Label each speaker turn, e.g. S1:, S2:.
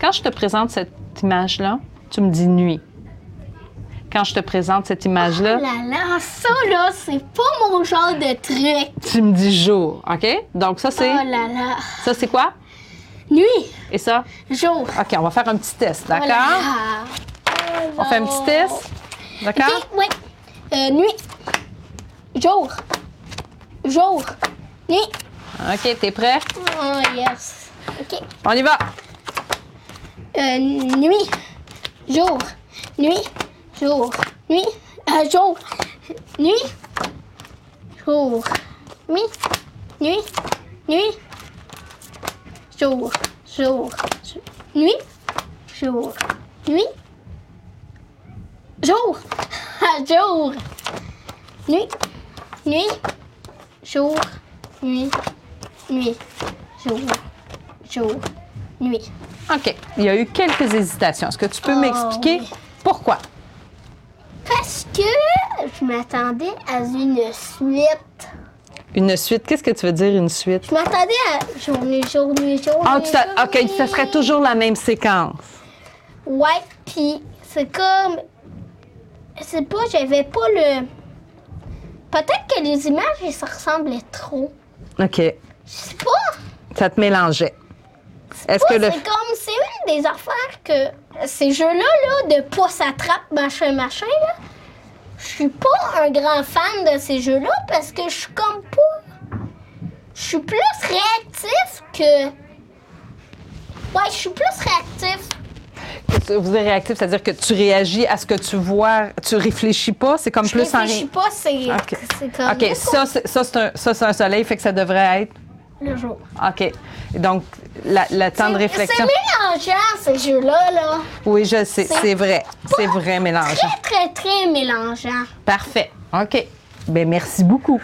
S1: Quand je te présente cette image-là, tu me dis nuit. Quand je te présente cette image-là,
S2: Oh là là, ça là, c'est pas mon genre de truc.
S1: tu me dis jour, OK? Donc ça, c'est
S2: Oh là là.
S1: ça c'est quoi?
S2: Nuit,
S1: Et ça?
S2: jour. Oh
S1: OK, on va faire un petit test, d'accord? On fait un petit test, d'accord?
S2: Ok, ouais. Euh, nuit, jour, jour, nuit.
S1: OK, t'es prêt?
S2: Oh yes. Ok.
S1: On y va!
S2: Euh, nuit, jour, nuit, jour, nuit, euh, jour, nuit, jour, nuit, nuit, nuit, jour, jour, jour, nuit, jour, nuit, jour, ah, jour, nuit, nuit, jour, nuit, nuit, jour, jour, nuit.
S1: OK, il y a eu quelques hésitations. Est-ce que tu peux
S2: Oh,
S1: m'expliquer
S2: oui.
S1: pourquoi?
S2: Parce que je m'attendais à une suite.
S1: Une suite, qu'est-ce que tu veux dire une suite?
S2: Je m'attendais à journée, journée, journée.
S1: Ah, tu t'a- OK,
S2: journée.
S1: ça serait toujours la même séquence.
S2: Ouais, puis c'est comme. C'est pas, j'avais pas le. Peut-être que les images, ça ressemblait trop.
S1: OK,
S2: Je sais pas.
S1: ça te mélangeait.
S2: C'est
S1: Est-ce
S2: pas-
S1: que le-
S2: C'est comme, c'est une des affaires que ces jeux-là, là, de pouce attrape, machin, machin, là. Je suis pas un grand fan de ces jeux-là parce que je suis comme pas. Je suis plus réactif que. Ouais, je suis plus réactif.
S1: Que tu- Vous êtes réactif, c'est-à-dire que tu réagis à ce que tu vois, tu réfléchis pas, c'est comme
S2: Je
S1: plus en
S2: réfléchis
S1: ré-
S2: pas, c'est.
S1: OK,
S2: C'est comme.
S1: OK, ça, c'est- ça, c'est un, ça, c'est un soleil, fait que ça devrait être.
S2: Le jour.
S1: OK. Donc, la, la temps de
S2: C'est-
S1: réflexion.
S2: C'est mélangeant, ces jeux-là, là.
S1: Oui, je sais, c'est vrai. C'est Ah, vrai mélangeant.
S2: Très, très, très mélangeant.
S1: Parfait. OK. Ben merci beaucoup.